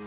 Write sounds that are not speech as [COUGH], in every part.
二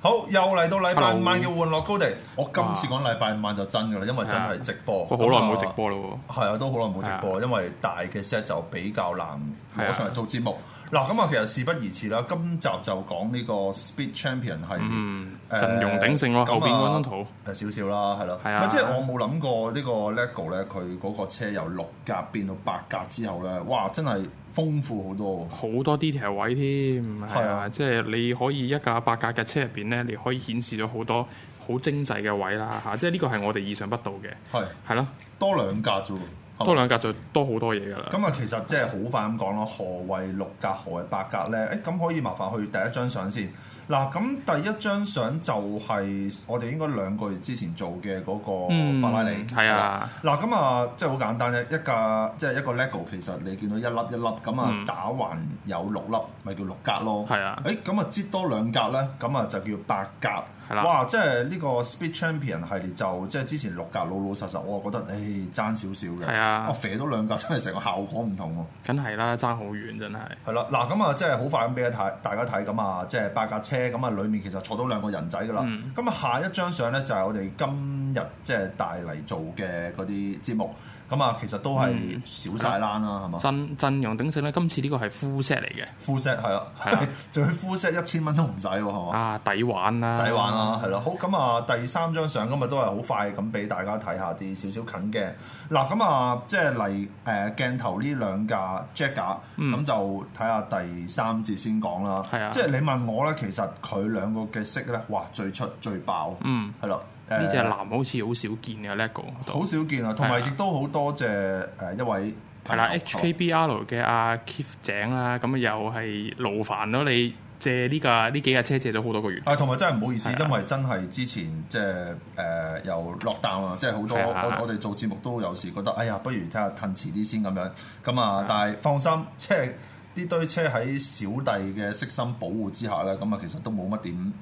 好，又嚟到禮拜五 Hello 晚嘅玩樂高地。我今次講禮拜五晚就真㗎啦，因為真係直播。我好耐冇直播啦喎。係啊，都啊好耐冇直播，因為大嘅 set 就比較難攞上嚟做節目。嗱，咁啊，其實事不宜遲啦。今集就講呢個 Speed Champion 系嗯列，陣容鼎盛喎啊後邊嗰張圖誒少少啦，係咯。係啊咪即係我冇諗過呢個 LEGO 咧，佢嗰個車由六格變到八格之後咧，哇！真係豐富好多喎。好多 detail 位添，係係啊啊，即係你可以一架八格嘅車入邊咧，你可以顯示咗好多好精細嘅位啦嚇，即係呢個係我哋意想不到嘅，係係咯，多兩格啫喎。係嘛多兩格就多好多嘢㗎啦。咁啊，其實即係好快咁講咯，何謂六格，何謂八格咧？誒、咁可以麻煩去第一張相先。嗱，咁第一張相就係我哋應該兩個月之前做嘅嗰個嗯法拉利，係啊係啦。嗱，咁啊，即係好簡單啫，一架即係一個 LEGO，其實你見到一粒一粒咁啊，嗯打橫有六粒，咪叫六格咯。係啊誒，咁啊，擠多兩格咧，咁啊就叫八格。係啦哇！即係呢個 Speed Champion 系列就即係之前六格老老實實，我覺得誒爭少少嘅。係啊我肥多兩格真係成個效果唔同喎。梗係啦，爭好遠真係。係啦，嗱咁啊，即係好快咁俾大大家睇咁啊，即係八架車咁啊，裡面其實坐到兩個人仔噶啦。嗯咁啊、下一張相咧就係我哋今日即係帶嚟做嘅嗰啲節目。咁啊，其實都嗯係少晒欄啦，係嘛、陣陣容鼎盛咧，今次呢個係 full set 嚟嘅， f u l l set 係啊係啊， [LAUGHS] 仲要 full set 一千蚊都唔使喎，係嘛？啊抵玩啦，抵哦玩啦，係啦，好咁啊！第三張相咁啊，都係好快咁俾大家睇下啲少少近嘅嗱，咁啊，即係嚟誒鏡頭呢兩架 Jack 架，咁、就睇下第三節先講啦。嗯係啊即係你問我咧，其實佢兩個嘅色咧，哇，最出最爆，嗯，係啦，誒呢只藍好似好少見嘅 LEGO 好度，少見啊，同埋係啊亦都好多謝誒一位係啦朋友，HKBR 嘅阿 Keith 井啦，咁啊又係勞煩咗你借呢架呢幾架車借咗好多個 [LAUGHS] 月。啊，同埋真係唔好意思，係啊因為真係之前即係誒又落單啊，即係好多係啊係我啊我哋做節目都有時覺得，哎呀，不如睇下褪遲啲先咁樣。咁啊，但係放心，即係呢堆車喺小弟嘅悉心保護之下咧，咁啊其實都冇乜點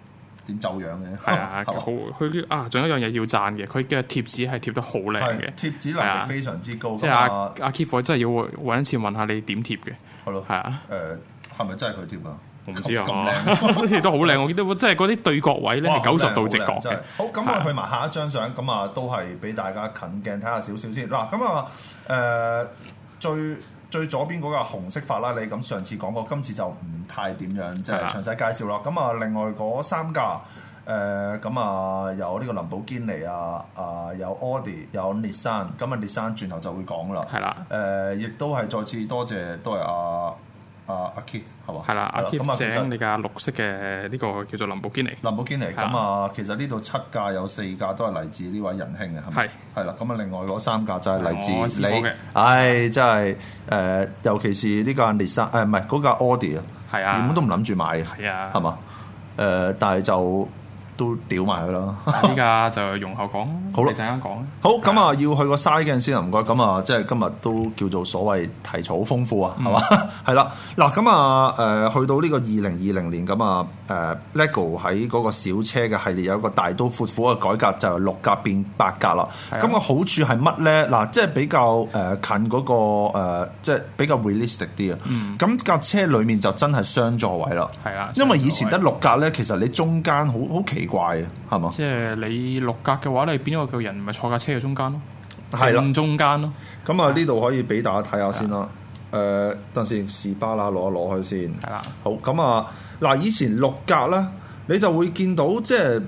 點走樣嘅。係 [LAUGHS] 啊，好係嘛佢啊，仲有一樣嘢要讚嘅，佢嘅貼紙係貼得好靚係嘅，貼紙能係力啊非常之高。即咁係阿啊，阿 Keith 真係要揾一次問下你點貼嘅，係咯，係啊，誒係咪真係佢貼啊？我唔知啊，咁靚。 [LAUGHS] 貼得好靚，我記得真係嗰啲對角位咧哇係九十度直好角靚真係嘅，好，咁係我啊去埋下一張相，咁啊都係俾大家近鏡睇下少少先。嗱，咁啊誒最最左邊嗰個紅色法拉利，咁上次講過，今次就唔太點樣，即係係啊詳細介紹啦。咁啊，另外嗰三架。誒咁啊，有呢個林寶堅尼啊，啊有 Audi，有 Nissan，咁啊 Nissan 轉頭就會講啦。係啦，誒，亦都係再次多謝，都係阿阿阿 Keith 係嘛？係啦，阿咁啊 Keith 其實井你架綠色嘅呢個叫做林寶堅尼，林寶堅尼係啊咁啊，其實呢度七架有四架都係嚟自呢位仁兄嘅，係咪係？係啦，咁啊，另外嗰三架就係嚟自我試你過嘅。唉，真係誒，尤其是呢架列山誒，唔係嗰架 Audi 啊，係啊原本都唔諗住買嘅，係啊係嘛？誒，但係就都屌埋佢啦。呢架就容後講，好啦你陣間講。好咁啊，要去個嘥鏡先啊，唔該。咁啊，即係今日都叫做所謂題材好豐富啊，係嘛？ [LAUGHS] 係啦，嗱咁啊，誒、去到呢個二零二零年咁啊，誒、LEGO 喺嗰個小車嘅系列有一個大刀闊斧嘅改革，就由六格變八格啦。係啊咁個好處係乜咧？嗱，即係比較誒、近嗰、個、誒即係比較 realistic 啲啊。咁架、車裡面就真係雙座位啦。係啦因為以前雙得座六格咧，其實你中間好好奇怪嘅，係嘛？即係你六格嘅話，你邊一個人咪坐架車嘅中間咯，係啦正中間咯，咁啊，呢度可以俾大家睇下先啊啦。誒、等陣先，士巴拿攞一攞佢先。係啦，好，咁啊，嗱，以前六格咧，你就會見到即係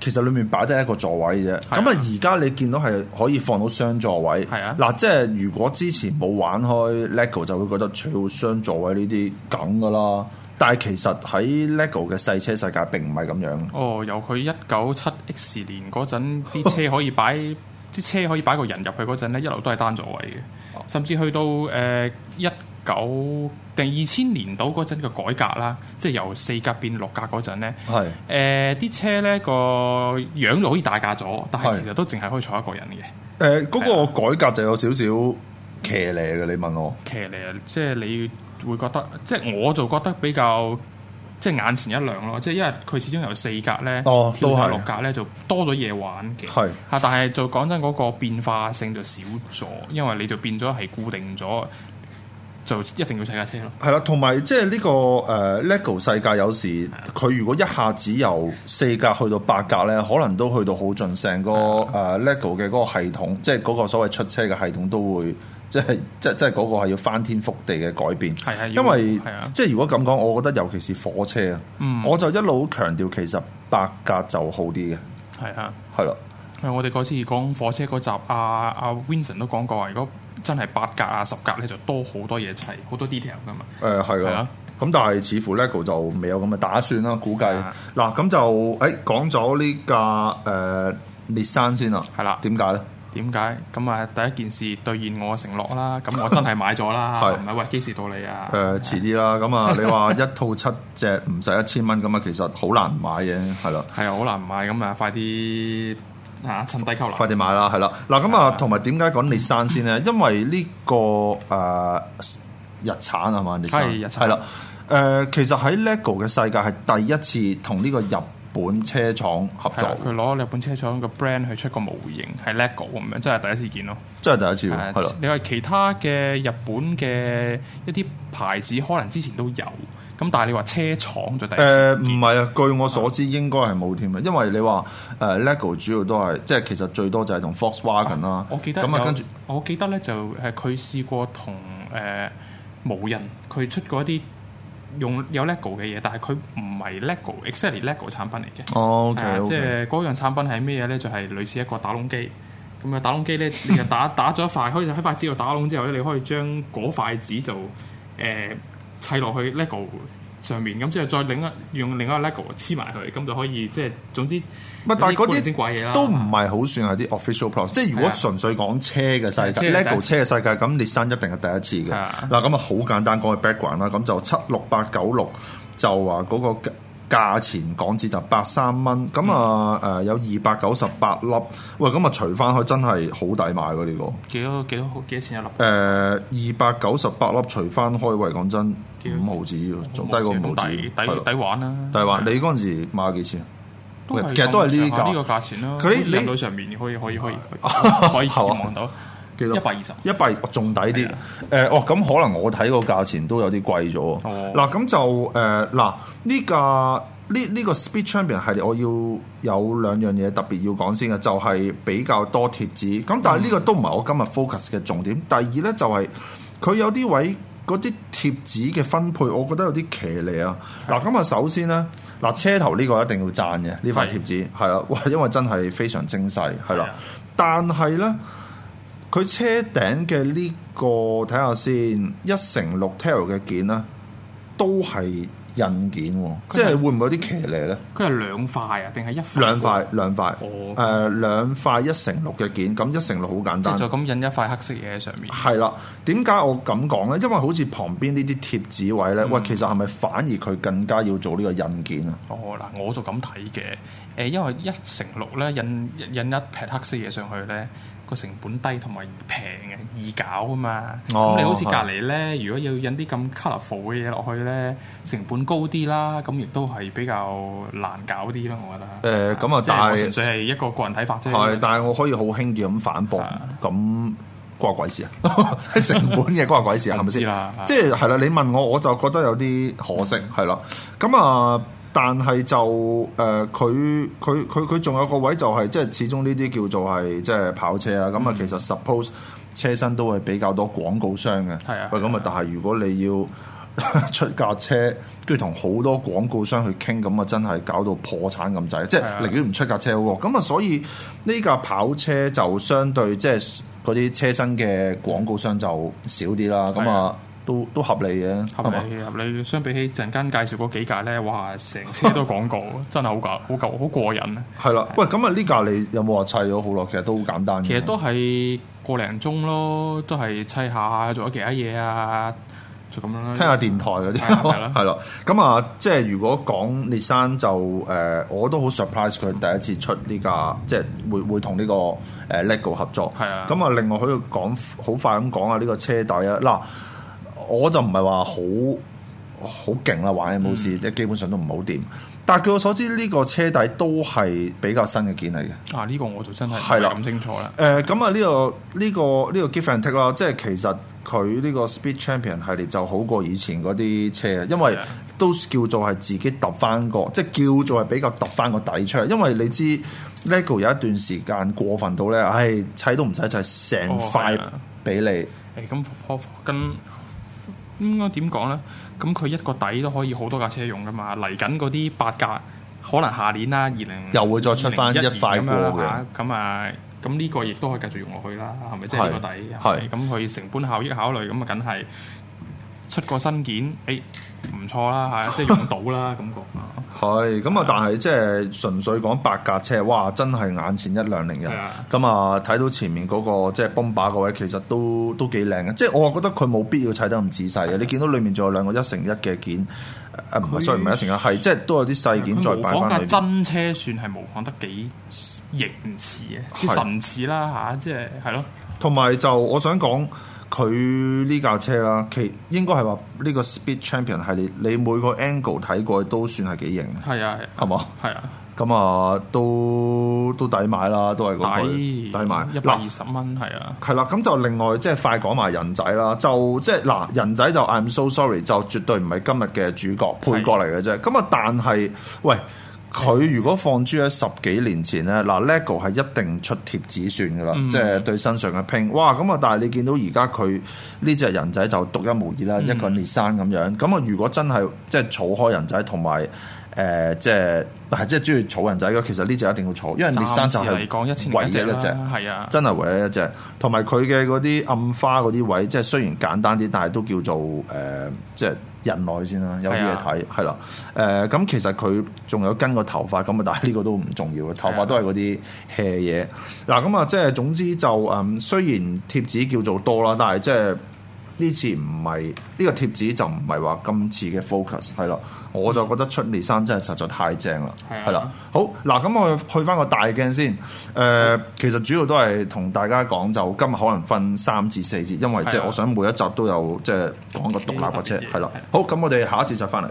其實裡面擺得一個座位啫。咁係啊，啊而家你見到係可以放到雙座位。係啊嗱，即係如果之前冇玩開 LEGO 就會覺得，除雙座位呢啲梗噶啦。但係其實喺 LEGO 嘅細車世界並唔係咁樣。哦，由佢一九七 X 年嗰陣 [LAUGHS] 啲車可以擺啲車可以擺個人入去嗰陣咧，一路都係單座位嘅，哦甚至去到誒一九定二千年度嗰陣嘅改革啦，即係由四格變六格嗰陣咧。係誒啲、車咧個樣就好似大架咗，但係係其實都淨係可以坐一個人嘅。誒嗰個改革就有少少騎呢嘅，你問我。騎呢，啊即係你會覺得，即係我就覺得比較即係眼前一亮咯。即係因為佢始終由四格咧，哦跳都係上六格咧就多咗嘢玩嘅。係啊，但係就講真嗰、個變化性就少咗，因為你就變咗係固定咗，就一定要踩架車咯。係啦，同埋即係呢個誒、呃 LEGO 世界有時佢如果一下子由四格去到八格咧，可能都去到好盡，成個誒、啊呃 LEGO 嘅嗰個系統，即係嗰個所謂出車嘅系統都會即係即即係嗰個係要翻天覆地嘅改變。係係，因為係啊，即係如果咁講，我覺得尤其是火車啊，嗯我就一路強調其實八格就好啲嘅，係啊。係啦，係我哋嗰次講火車嗰集，阿、阿、Vincent 都講過話，如果真係八格啊十格咧，就多好多嘢砌，好多 detail 噶嘛。誒係啦係啊。咁但係似乎 LEGO 就未有咁嘅打算啦，估計啊嗱咁就誒講咗呢架誒列山先啦，係啦點解咧？點解？咁啊，第一件事兌現我嘅承諾啦，咁我真係買 [LAUGHS] 咗啦，係唔係喂幾時到你啊？誒遲啲啦，咁 [LAUGHS] 啊，你話一套七隻唔使一千蚊咁啊，其實好難買嘅，係啦，係啊，好難買，咁啊，快啲嚇趁低購快啦。啲買啦，係啦，嗱咁啊，同埋點解講列山先咧？因為呢、個誒、日產係嘛，列山係日產係啦，誒、其實喺 LEGO 嘅世界係第一次同呢個日本車廠合係作啦，，佢攞日本車廠個 brand 去出個模型，係 LEGO 咁樣，真係第一次見咯。真係第一次係喎，係啦啊，你話其他嘅日本嘅一啲牌子，可能之前都有，咁但係你話車廠就第一次誒唔係啊，據我所知應該係冇添嗯啊，因為你話誒、LEGO 主要都係即係其實最多就係同 Volkswagen 啦，我記得咁啊有跟住。，我記得咧就係佢試過同誒、呃、無人佢出過一啲用有 LEGO 嘅嘢，但係佢唔係 LEGO，exactly LEGO 產品嚟嘅。 O 係啊 K，即係嗰樣產品係咩嘢咧？就係、類似一個打窿機。咁啊，打窿機咧，[LAUGHS] 你就打打咗一塊，可以喺塊紙度打窿之後咧，你可以將嗰塊紙就誒砌落去 LEGO 上面，咁之後再另一用另一個 LEGO 黐埋佢，咁就可以即係總之。唔係，但係嗰精怪嘢啦啲啊都唔係好算係啲 official product。即係如果係啊純粹講車嘅世界係啊車係第一，LEGO 次車嘅世界，咁列山一定係第一次嘅係。啊嗱，咁啊好簡單講個 background 啦。咁就七六八九六就話嗰個價錢港紙就八三蚊。咁啊嗯誒有二百九十八粒。喂，咁啊除翻去真係好抵買喎呢個。幾多幾多幾多錢一粒？誒呃二百九十八粒除翻開，喂講真幾五毫子喎，仲低過五毫子。抵係抵咯抵玩啦！但係話你嗰陣時買咗幾錢啊？都係其實都係呢咁價上下呢個價錢咯。佢佢你你到上面可以可 [LAUGHS] 以可以可以可以係啊望到幾多一？百二十。一百哦仲抵啲係啊。誒哦，咁可能我睇個價錢都有啲貴咗喎。哦嗱咁就誒嗱呢架呢呢個 Speed Champion 系列，我要有兩樣嘢特別要講先嘅，就係比較多貼紙。咁但係呢個都唔係我今日 focus 嘅重點。第二咧就係佢有啲位。嗰啲貼紙嘅分配，我覺得有啲騎呢啊！嗱，咁啊，首先咧，嗱車頭呢個一定要讚嘅呢塊係貼紙，係啦， [LAUGHS] 哇，因為真係非常精細，係係啦啊。但係咧，佢車頂嘅呢、個睇下先，一乘六 tel 嘅件咧，都係印件喎，即係會唔會有啲騎呢咧？佢係兩塊啊，定係一塊？兩塊兩塊，誒、哦兩塊一乘六嘅件，咁一乘六好簡即係單就。咁印一塊黑色嘢喺上面。係啦，點解我咁講咧？因為好似旁邊呢啲貼紙位嗯咧，喂、其實係咪反而佢更加要做呢個印件啊？哦，嗱，我就咁睇嘅。誒，因為一乘六咧，印印一撇黑色嘢上去咧，個成本低同埋平嘅，易搞啊嘛。咁、哦你好似隔離咧，如果要印啲咁 colourful 嘅嘢落去咧，成本高啲啦，咁亦都係比較難搞啲啦，我覺得。誒咁啊即係但我係純粹係一個個人睇法啫。係，但係我可以好輕易咁反駁啊，咁關我鬼事啊！ [LAUGHS] 成本嘢關我鬼事啊，係我咪唔知先啦？即係係啦，你問我我就覺得有啲可惜係啦。咁啊，但係就誒佢佢佢佢仲有個位就係、即係始終呢啲叫做係即係跑車啊。嗯咁啊，其實 suppose 車身都係比較多廣告商嘅。係啊喂，咁啊，但係如果你要 [LAUGHS] 出架車，跟住同好多廣告商去傾，咁啊真係搞到破產咁滯，即係係啊寧願唔出架車好喎。咁啊，所以呢架跑車就相對即係嗰啲車身嘅廣告商就少啲啦。咁係啊啊，都都合理嘅，合係啊嘛？理合理，相比起陣間介紹嗰幾屆咧，哇！成車都廣告，真係好夠好夠好過癮啊！係啦，喂，咁啊呢架你有冇話砌咗好耐？其實都好簡單嘅其實都係個零鐘咯，都係砌下做咗其他嘢啊，就咁樣啦。聽下電台嗰係啲係啦 [LAUGHS] 係啦。咁啊，即係如果講列山就誒、呃我都好 surprise 佢第一次出呢架，即係會會同呢、個誒、呃 LEGO 合作。係啊咁啊，另外佢要講好快咁講下呢個車底啊。嗱，我就唔係話好好勁啦，玩 M O 嗯 C 即係基本上都唔好掂。但係據我所知，呢、個車底都係比較新嘅件嚟嘅。啊，呢個我就真係唔係係啦咁清楚啦。誒咁啊，呢、個呢、個呢、個 give and take 啦，即係其實佢呢個 Speed Champion 系列就好過以前嗰啲車，啊因為 Yeah. 都叫做係自己揼翻個，即係叫做係比較揼翻個底出嚟。因為你知 LEGO 有一段時間過分到咧，唉砌都唔使砌，成哦塊係啊俾你。誒咁可跟應該點講咧？咁佢一個底都可以好多架車用噶嘛。嚟緊嗰啲八架，可能下年啦，二零又會再出返一塊過嘅咁樣啦嚇咁啊，咁呢個亦都可以繼續用落去啦，係咪？即係呢個底係係咁，佢成本效益考慮，咁啊，梗係出個新件，誒、唔錯啦嚇，即係用到啦感覺。係咁啊！但係即係純粹講八架車，哇！真係眼前一亮令人係啊。咁啊，睇到前面嗰、個即係泵把嗰位，其實都都幾靚嘅。即係我覺得佢冇必要砌得咁仔細嘅。你見到裡面仲有兩個一乘一嘅件，誒唔係啊佢 sorry 唔係一乘一，係即係都有啲細件再佢模擺仿架翻裏面。真車算係模仿得幾形似嘅，啲係神似啦嚇，即係係咯。同埋就我想講佢呢架車啦，其應該係話呢個 Speed Champion 系列，你每個 angle 睇過去都算係幾型，係啊，係係啊嘛？係啊，咁啊，都都抵買啦，都係嗰句抵抵買。一百二十蚊係啊，係啦，咁就另外即係快講埋人仔啦，就即係嗱人仔就 I'm so sorry 就絕對唔係今日嘅主角配角嚟嘅啫。咁啊，但係喂佢如果放諸喺十幾年前咧，嗱 LEGO 係一定出貼紙算噶啦，嗯即係對身上嘅拼。哇！咁啊，但係你見到而家佢呢只人仔就獨一無二嗯啦，一個列山咁樣。咁啊，如果真係即係儲開人仔同埋。誒、即係，但係即係中意儲人仔嘅，其實呢只一定要儲，因為列山就暫時嚟講一係千零唯一一隻啦一隻。係啊，真係唯一一隻，同埋佢嘅嗰啲暗花嗰啲位，即係雖然簡單啲，但係都叫做誒、呃即係人耐先啦，有啲啊嘢睇係啦。誒咁、其實佢仲有跟個頭髮咁啊，但係呢個都唔重要嘅，頭髮都係嗰啲 hea 嘢。嗱咁啊，即係總之就誒、嗯雖然貼紙叫做多啦，但係即係。呢次唔係呢個貼紙就唔係話今次嘅 focus 係啦，我就覺得出列衫真係實在太正啦，係啊係啦。好嗱，咁我去翻個大鏡先。誒、其實主要都係同大家講，就今日可能分三至四節，因為即係係啊我想每一集都有即係講個獨立嘅車，呢啲特別嘢係啦係。啊好，咁我哋下一節再翻嚟。